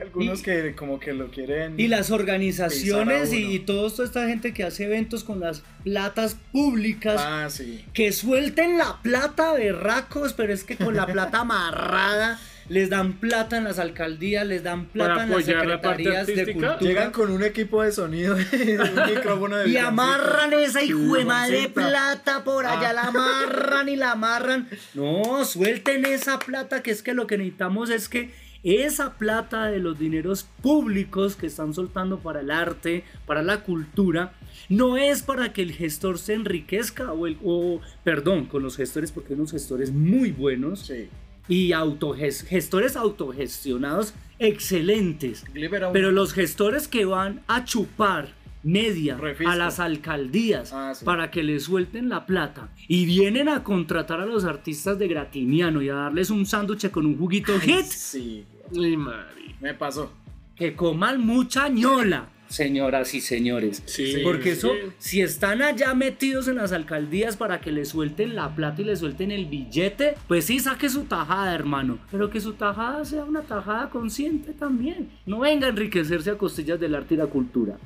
[SPEAKER 2] algunos
[SPEAKER 5] Y-
[SPEAKER 2] que como que lo quieren...
[SPEAKER 5] Y las organizaciones
[SPEAKER 2] Pensar a
[SPEAKER 5] y,
[SPEAKER 2] uno.
[SPEAKER 5] y todo- toda esta gente que hace eventos con las platas públicas.
[SPEAKER 2] Ah, sí.
[SPEAKER 5] Que suelten la plata de racos, pero es que con la plata amarrada les dan plata en las alcaldías, les dan plata
[SPEAKER 4] Para
[SPEAKER 5] en las
[SPEAKER 4] apoyar la parte
[SPEAKER 5] secretarías de
[SPEAKER 4] artística.
[SPEAKER 5] cultura.
[SPEAKER 2] Llegan con un equipo de sonido y un
[SPEAKER 5] <laughs>
[SPEAKER 2] micrófono de
[SPEAKER 5] Y
[SPEAKER 2] villancico.
[SPEAKER 5] amarran esa hijuemadre de
[SPEAKER 2] Juancita.
[SPEAKER 5] plata por allá,
[SPEAKER 2] Ah.
[SPEAKER 5] la amarran y
[SPEAKER 2] <laughs>
[SPEAKER 5] la amarran. No, suelten esa plata, que es que lo que necesitamos es que esa plata de los dineros públicos que están soltando para el arte, para la cultura, no es para que el gestor se enriquezca o, el, o perdón, con los gestores, porque hay unos gestores muy buenos
[SPEAKER 2] Sí.
[SPEAKER 5] y autoges- gestores autogestionados excelentes.
[SPEAKER 2] Glib era un-
[SPEAKER 5] Pero los gestores que van a chupar media
[SPEAKER 2] Refisco.
[SPEAKER 5] a las alcaldías
[SPEAKER 2] Ah, sí.
[SPEAKER 5] para que les suelten la plata y vienen a contratar a los artistas de Gratiniano y a darles un sándwich con un juguito hit,
[SPEAKER 2] Sí,
[SPEAKER 4] Ay, mari.
[SPEAKER 2] me pasó.
[SPEAKER 5] que coman mucha ñola. Señoras y señores.
[SPEAKER 4] Sí,
[SPEAKER 5] Porque eso,
[SPEAKER 4] sí.
[SPEAKER 5] si están allá metidos en las alcaldías para que les suelten la plata y les suelten el billete, pues sí, saque su tajada, hermano. Pero que su tajada sea una tajada consciente también. No venga a enriquecerse a costillas del arte y la cultura.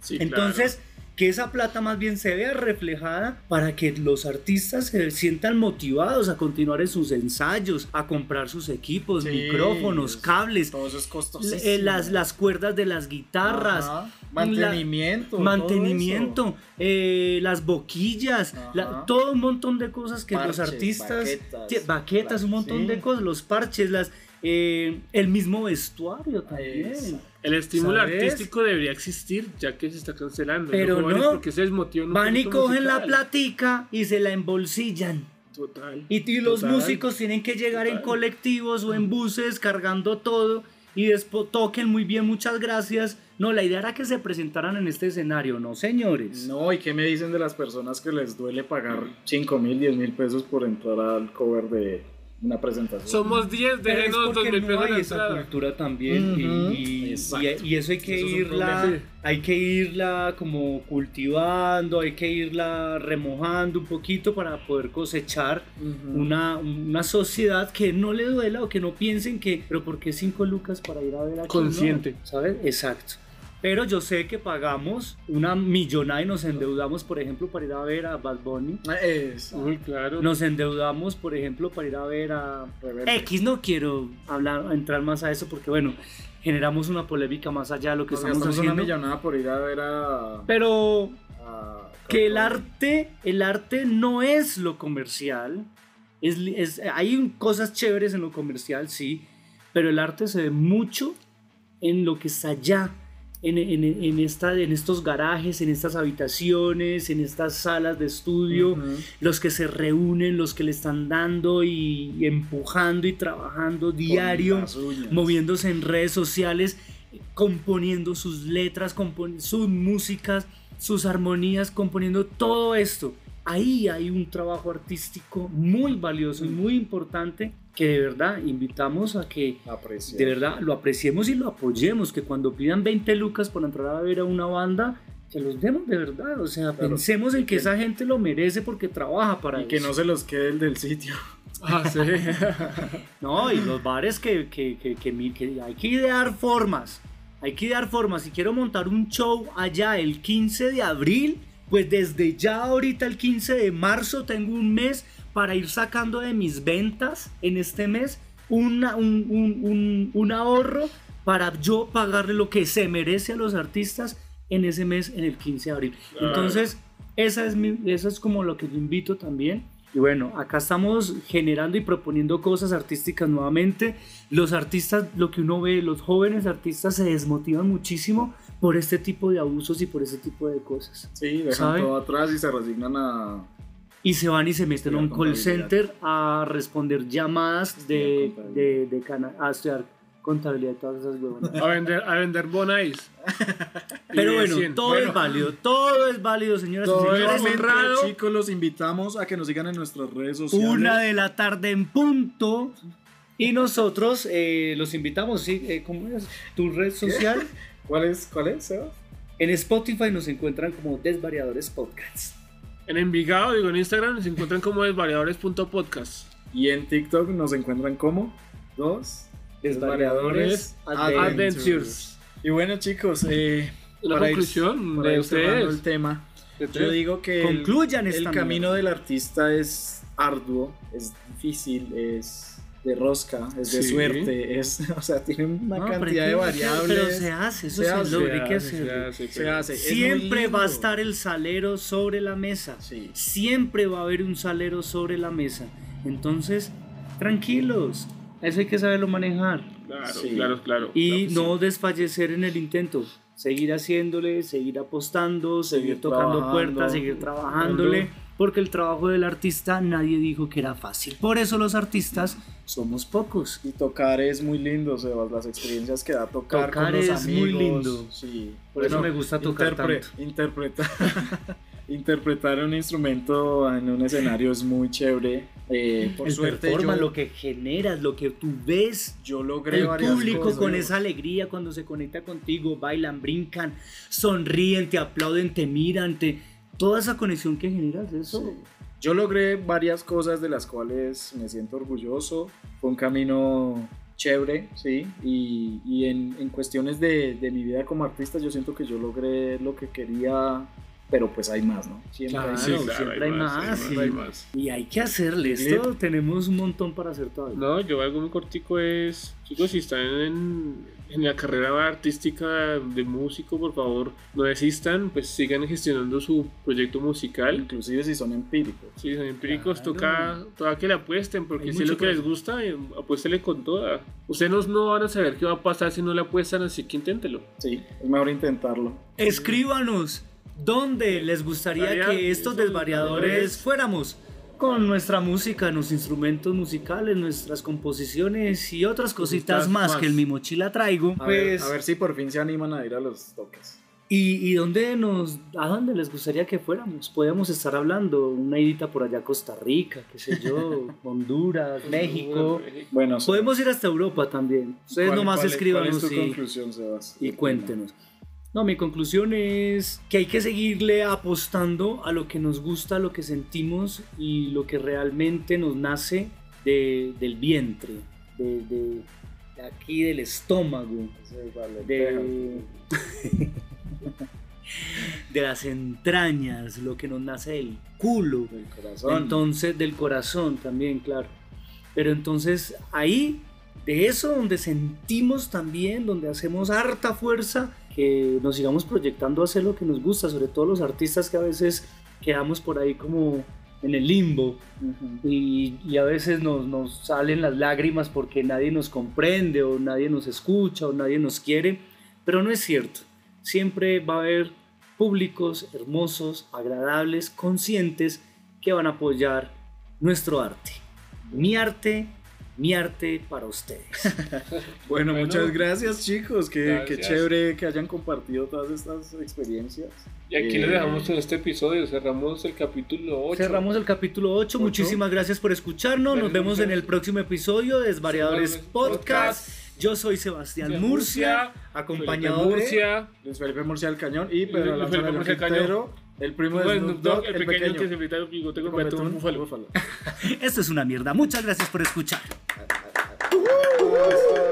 [SPEAKER 4] Sí, claro.
[SPEAKER 5] Entonces, que esa plata más bien se vea reflejada para que los artistas se sientan motivados a continuar en sus ensayos, a comprar sus equipos,
[SPEAKER 2] Sí,
[SPEAKER 5] micrófonos,
[SPEAKER 2] es-
[SPEAKER 5] cables,
[SPEAKER 2] Todos esos costos.
[SPEAKER 5] eh, las, las cuerdas de las guitarras.
[SPEAKER 2] Mantenimiento. todo
[SPEAKER 5] Mantenimiento, eh, las boquillas,
[SPEAKER 2] Ajá.
[SPEAKER 5] la- todo un montón de cosas que los
[SPEAKER 2] Parches,
[SPEAKER 5] artistas,
[SPEAKER 2] baquetas,
[SPEAKER 5] tie- baquetas, un montón
[SPEAKER 2] sí.
[SPEAKER 5] de cosas, los parches, las, eh, el mismo vestuario
[SPEAKER 2] eso.
[SPEAKER 5] también.
[SPEAKER 2] Exacto.
[SPEAKER 4] el estímulo
[SPEAKER 5] ¿sabes?
[SPEAKER 4] artístico debería existir, ya que se está cancelando.
[SPEAKER 5] Pero
[SPEAKER 4] Los jóvenes,
[SPEAKER 5] no.
[SPEAKER 4] Porque se desmotivan un
[SPEAKER 5] Van y
[SPEAKER 4] poquito
[SPEAKER 5] cogen la
[SPEAKER 4] musical.
[SPEAKER 5] platica y se la embolsillan.
[SPEAKER 4] Total.
[SPEAKER 5] Y, y los
[SPEAKER 4] Total.
[SPEAKER 5] músicos tienen que llegar en
[SPEAKER 4] Total.
[SPEAKER 5] colectivos o en buses cargando todo y después toquen muy bien, muchas gracias. No, la idea era que se presentaran en este escenario, no señores.
[SPEAKER 2] Pues, No, ¿y qué me dicen de las personas que les duele pagar 5 mil, 10 mil pesos por entrar al cover de una presentación?
[SPEAKER 4] Somos 10,
[SPEAKER 5] Pero es
[SPEAKER 4] déjenos 2
[SPEAKER 5] porque
[SPEAKER 4] mil
[SPEAKER 5] no
[SPEAKER 4] pesos en la
[SPEAKER 5] hay esa
[SPEAKER 4] entrada.
[SPEAKER 5] cultura también y-
[SPEAKER 2] Ujú.
[SPEAKER 5] y,
[SPEAKER 2] Exacto.
[SPEAKER 5] y- y eso hay que
[SPEAKER 2] Eso es un
[SPEAKER 5] irla
[SPEAKER 4] problema.
[SPEAKER 5] hay que irla como cultivando hay que irla remojando un poquito para poder cosechar
[SPEAKER 2] Ujú.
[SPEAKER 5] una, una sociedad que no le duela o que no piensen que pero por qué cinco lucas para ir a ver a
[SPEAKER 4] Consciente.
[SPEAKER 5] Quinoa? sabes exacto pero yo sé que pagamos una millonada y nos endeudamos por ejemplo para ir a ver a Bad Bunny
[SPEAKER 2] Es-
[SPEAKER 4] Uy, claro.
[SPEAKER 5] nos endeudamos por ejemplo para ir a ver a
[SPEAKER 2] Rebelde.
[SPEAKER 5] X, no quiero hablar, entrar más a eso porque, bueno, generamos una polémica más allá de lo que
[SPEAKER 2] Nos
[SPEAKER 5] estamos
[SPEAKER 2] gastamos una
[SPEAKER 5] haciendo.
[SPEAKER 2] millonada por ir a ver a.
[SPEAKER 5] Pero
[SPEAKER 2] a-
[SPEAKER 5] que el arte, el arte no es lo comercial. Es, li- es- hay un- cosas chéveres en lo comercial, sí, pero el arte se ve mucho en lo que está allá, en, en- en esta, en estos garajes, en estas habitaciones, en estas salas de estudio
[SPEAKER 2] Ujú.
[SPEAKER 5] los que se reúnen, los que le están dando y empujando y trabajando diario,
[SPEAKER 2] Con las uñas.
[SPEAKER 5] moviéndose en redes sociales, componiendo sus letras, compon- sus músicas, sus armonías, componiendo todo esto. Ahí hay un trabajo artístico muy valioso y muy importante que de verdad invitamos a que
[SPEAKER 2] Aprecio.
[SPEAKER 5] de verdad lo apreciemos y lo apoyemos, que cuando pidan 20 lucas por entrar a ver a una banda, que los demos de verdad, o sea,
[SPEAKER 2] Claro.
[SPEAKER 5] pensemos en que esa gente lo merece porque trabaja para
[SPEAKER 2] Y que no
[SPEAKER 5] eso.
[SPEAKER 2] se los quede el del sitio.
[SPEAKER 4] Ah,
[SPEAKER 5] <laughs>
[SPEAKER 4] sí.
[SPEAKER 5] No, y los bares que, que, que, que mi- que hay que idear formas, hay que idear formas. Si quiero montar un show allá el 15 de abril, pues desde ya ahorita el 15 de marzo tengo un mes para ir sacando de mis ventas en este mes una- un, un- un- un ahorro para yo pagarle lo que se merece a los artistas en ese mes, en el 15 de abril.
[SPEAKER 4] Claro.
[SPEAKER 5] Entonces, esa es, mi, eso es como lo que yo invito también. Y bueno, acá estamos generando y proponiendo cosas artísticas nuevamente. Los artistas, lo que uno ve, los jóvenes artistas se desmotivan muchísimo por este tipo de abusos y por este tipo de cosas.
[SPEAKER 2] Sí, dejan
[SPEAKER 5] ¿Sabe?
[SPEAKER 2] todo atrás y se resignan a.
[SPEAKER 5] Y se van y se meten a
[SPEAKER 2] Estudiar
[SPEAKER 5] un call
[SPEAKER 2] contabilidad.
[SPEAKER 5] center a responder llamadas de,
[SPEAKER 2] Estudiar
[SPEAKER 5] de,
[SPEAKER 2] contabilidad.
[SPEAKER 5] de cana- a estudiar contabilidad y todas esas huevonadas.
[SPEAKER 4] A vender, a vender bonais.
[SPEAKER 5] Pero
[SPEAKER 4] Y de
[SPEAKER 5] bueno,
[SPEAKER 4] 100.
[SPEAKER 5] todo es válido, todo es válido, señoras y
[SPEAKER 2] Todo
[SPEAKER 5] señores.
[SPEAKER 2] es
[SPEAKER 4] honrado.
[SPEAKER 2] Chicos, los invitamos a que nos sigan en nuestras redes sociales.
[SPEAKER 5] Una de la tarde en punto. Y nosotros eh, los invitamos, ¿sí? eh, ¿Cómo es? ¿Tu red social?
[SPEAKER 2] ¿Cuál es? ¿Cuál es, Sebas?
[SPEAKER 5] En Spotify nos encuentran como Desvariadores Podcast.
[SPEAKER 4] En Envigado, digo, en Instagram se encuentran como desvariadores.podcast.
[SPEAKER 2] Y en TikTok nos encuentran como dos
[SPEAKER 5] Desvariadores
[SPEAKER 2] Desvariadores
[SPEAKER 5] Adventures.
[SPEAKER 4] Adventures.
[SPEAKER 2] Y bueno, chicos, eh,
[SPEAKER 4] Una
[SPEAKER 2] para ir-
[SPEAKER 4] conclusión
[SPEAKER 2] para
[SPEAKER 4] de
[SPEAKER 2] ir cerrando
[SPEAKER 4] ustedes.
[SPEAKER 2] el tema, yo
[SPEAKER 4] Yo digo,
[SPEAKER 2] digo que el,
[SPEAKER 5] Concluyan esta
[SPEAKER 2] el
[SPEAKER 5] mierda.
[SPEAKER 2] camino del artista es arduo, es difícil, es de rosca, es de
[SPEAKER 4] Sí.
[SPEAKER 2] suerte, es, <laughs> o sea, tiene una
[SPEAKER 5] No, pero
[SPEAKER 2] cantidad
[SPEAKER 5] hay
[SPEAKER 2] de
[SPEAKER 5] que hacer-
[SPEAKER 2] variables.
[SPEAKER 5] Pero se hace, eso
[SPEAKER 2] Se
[SPEAKER 5] se,
[SPEAKER 2] hace,
[SPEAKER 5] logra, hay que
[SPEAKER 4] se
[SPEAKER 5] hacerlo.
[SPEAKER 4] hace,
[SPEAKER 2] se
[SPEAKER 4] pero-
[SPEAKER 2] hace, es muy
[SPEAKER 5] Siempre va a
[SPEAKER 2] lindo.
[SPEAKER 5] estar el salero sobre la mesa.
[SPEAKER 2] Sí.
[SPEAKER 5] Siempre va a haber un salero sobre la mesa. Entonces, tranquilos. Eso hay que saberlo manejar.
[SPEAKER 4] Claro,
[SPEAKER 2] Sí.
[SPEAKER 4] claro, claro.
[SPEAKER 5] Y
[SPEAKER 4] Claro que
[SPEAKER 5] no desfallecer en el intento. Seguir haciéndole, seguir apostando, seguir,
[SPEAKER 2] Seguir
[SPEAKER 5] tocando
[SPEAKER 2] trabajando.
[SPEAKER 5] puertas, seguir trabajándole. Porque el trabajo del artista nadie dijo que era fácil. Por eso los artistas somos pocos.
[SPEAKER 2] Y tocar es muy lindo, Sebas, las experiencias que da tocar,
[SPEAKER 5] Tocar
[SPEAKER 2] con los
[SPEAKER 5] es muy
[SPEAKER 2] amigos,
[SPEAKER 5] lindo.
[SPEAKER 2] Sí.
[SPEAKER 5] Por eso me gusta tocar tanto.
[SPEAKER 2] Interpretar, <laughs> interpretar un instrumento en un escenario es muy chévere. Eh, por
[SPEAKER 5] el
[SPEAKER 2] suerte yo,
[SPEAKER 5] performance, lo que generas, lo que tú ves
[SPEAKER 2] yo logré
[SPEAKER 5] El
[SPEAKER 2] varias
[SPEAKER 5] público
[SPEAKER 2] cosas.
[SPEAKER 5] con esa alegría cuando se conecta contigo, bailan, brincan, sonríen, te aplauden, te miran, te... Toda esa conexión que generas, eso...
[SPEAKER 2] Sí. Yo logré varias cosas de las cuales me siento orgulloso. Fue un camino chévere, sí. Y, y en, en cuestiones de, de mi vida como artista, yo siento que yo logré lo que quería, pero pues hay más, ¿no? Siempre hay
[SPEAKER 5] Claro,
[SPEAKER 2] más.
[SPEAKER 4] sí, claro,
[SPEAKER 5] siempre hay más,
[SPEAKER 4] hay
[SPEAKER 5] sí.
[SPEAKER 4] más.
[SPEAKER 5] Y hay que hacerle
[SPEAKER 2] Sí.
[SPEAKER 5] esto, tenemos un montón para hacer todavía.
[SPEAKER 4] No, yo algo muy cortico es, chicos, si están en, en la carrera artística de músico, por favor, no desistan, pues sigan gestionando su proyecto musical.
[SPEAKER 2] inclusive si son empíricos.
[SPEAKER 4] Si son empíricos,
[SPEAKER 5] Claro.
[SPEAKER 4] toca, toca que le apuesten, porque
[SPEAKER 5] Hay
[SPEAKER 4] si es
[SPEAKER 5] mucho
[SPEAKER 4] lo que
[SPEAKER 5] por
[SPEAKER 4] les
[SPEAKER 5] hacer.
[SPEAKER 4] gusta, eh, apuéstele con toda. Ustedes no, no van a saber qué va a pasar si no le apuestan, así que inténtelo.
[SPEAKER 2] Sí, es mejor intentarlo.
[SPEAKER 5] Escríbanos dónde les gustaría
[SPEAKER 4] Gustaría
[SPEAKER 5] que estos
[SPEAKER 4] esos
[SPEAKER 5] desvariadores
[SPEAKER 4] desvariadores
[SPEAKER 5] fuéramos con nuestra música, los instrumentos musicales, nuestras composiciones y otras cositas
[SPEAKER 4] Cositas
[SPEAKER 5] más,
[SPEAKER 4] más.
[SPEAKER 5] que en mi mochila traigo.
[SPEAKER 2] A,
[SPEAKER 5] pues,
[SPEAKER 2] ver, a ver si por fin se animan a ir a los toques.
[SPEAKER 5] ¿Y, y dónde nos, a dónde les gustaría que fuéramos? Podríamos estar hablando, una idita por allá a Costa Rica, qué sé
[SPEAKER 2] <laughs>
[SPEAKER 5] yo, Honduras, México.
[SPEAKER 2] Bueno,
[SPEAKER 5] Podemos ir hasta Europa también. Ustedes
[SPEAKER 2] ¿cuál-
[SPEAKER 5] nomás
[SPEAKER 2] cuál es-
[SPEAKER 5] escríbanos
[SPEAKER 2] ¿Cuál es tu
[SPEAKER 5] y,
[SPEAKER 2] conclusión, Sebas?
[SPEAKER 5] y cuéntenos. No, mi conclusión es que hay que seguirle apostando a lo que nos gusta, lo que sentimos y lo que realmente nos nace de- del vientre, de- de- de aquí del estómago
[SPEAKER 2] Sí, vale,
[SPEAKER 5] de, de las entrañas, lo que nos nace del culo.
[SPEAKER 2] del corazón.
[SPEAKER 5] Entonces, del corazón también, claro. Pero entonces ahí, de eso donde sentimos también, donde hacemos harta fuerza, que nos sigamos proyectando a hacer lo que nos gusta, sobre todo los artistas que a veces quedamos por ahí como en el limbo,
[SPEAKER 2] Ujú.
[SPEAKER 5] y, y a veces nos, nos salen las lágrimas porque nadie nos comprende o nadie nos escucha o nadie nos quiere, pero no es cierto. Siempre va a haber públicos hermosos, agradables, conscientes que van a apoyar nuestro arte. Mi arte, mi arte para ustedes.
[SPEAKER 2] Bueno,
[SPEAKER 4] Bueno, pues,
[SPEAKER 2] muchas gracias chicos, qué,
[SPEAKER 4] gracias.
[SPEAKER 2] qué chévere que hayan compartido todas estas experiencias.
[SPEAKER 4] Y aquí
[SPEAKER 2] Eh,
[SPEAKER 4] les dejamos con este episodio, cerramos el capítulo 8.
[SPEAKER 5] Cerramos el capítulo 8.
[SPEAKER 2] Ocho.
[SPEAKER 5] Muchísimas gracias por escucharnos. Nos
[SPEAKER 4] Gracias,
[SPEAKER 5] vemos en
[SPEAKER 4] gracias.
[SPEAKER 5] el próximo episodio de Desvariadores Podcast. Yo soy Sebastián
[SPEAKER 4] De
[SPEAKER 5] Murcia,
[SPEAKER 4] Murcia,
[SPEAKER 5] acompañado de...
[SPEAKER 4] Murcia.
[SPEAKER 2] Luis Felipe Murcia del Cañón y Pedro
[SPEAKER 4] Luis
[SPEAKER 2] Alonso
[SPEAKER 4] Felipe
[SPEAKER 2] León
[SPEAKER 4] Murcia del
[SPEAKER 2] Quintero, el primo de
[SPEAKER 4] Bueno,
[SPEAKER 2] Snoop Dogg,
[SPEAKER 4] el pequeño, que se invita al bigote con
[SPEAKER 2] Comete
[SPEAKER 4] un
[SPEAKER 2] un
[SPEAKER 4] búfalo.
[SPEAKER 2] búfalo.
[SPEAKER 5] Esto es una mierda. Muchas gracias por escuchar.
[SPEAKER 2] Eso.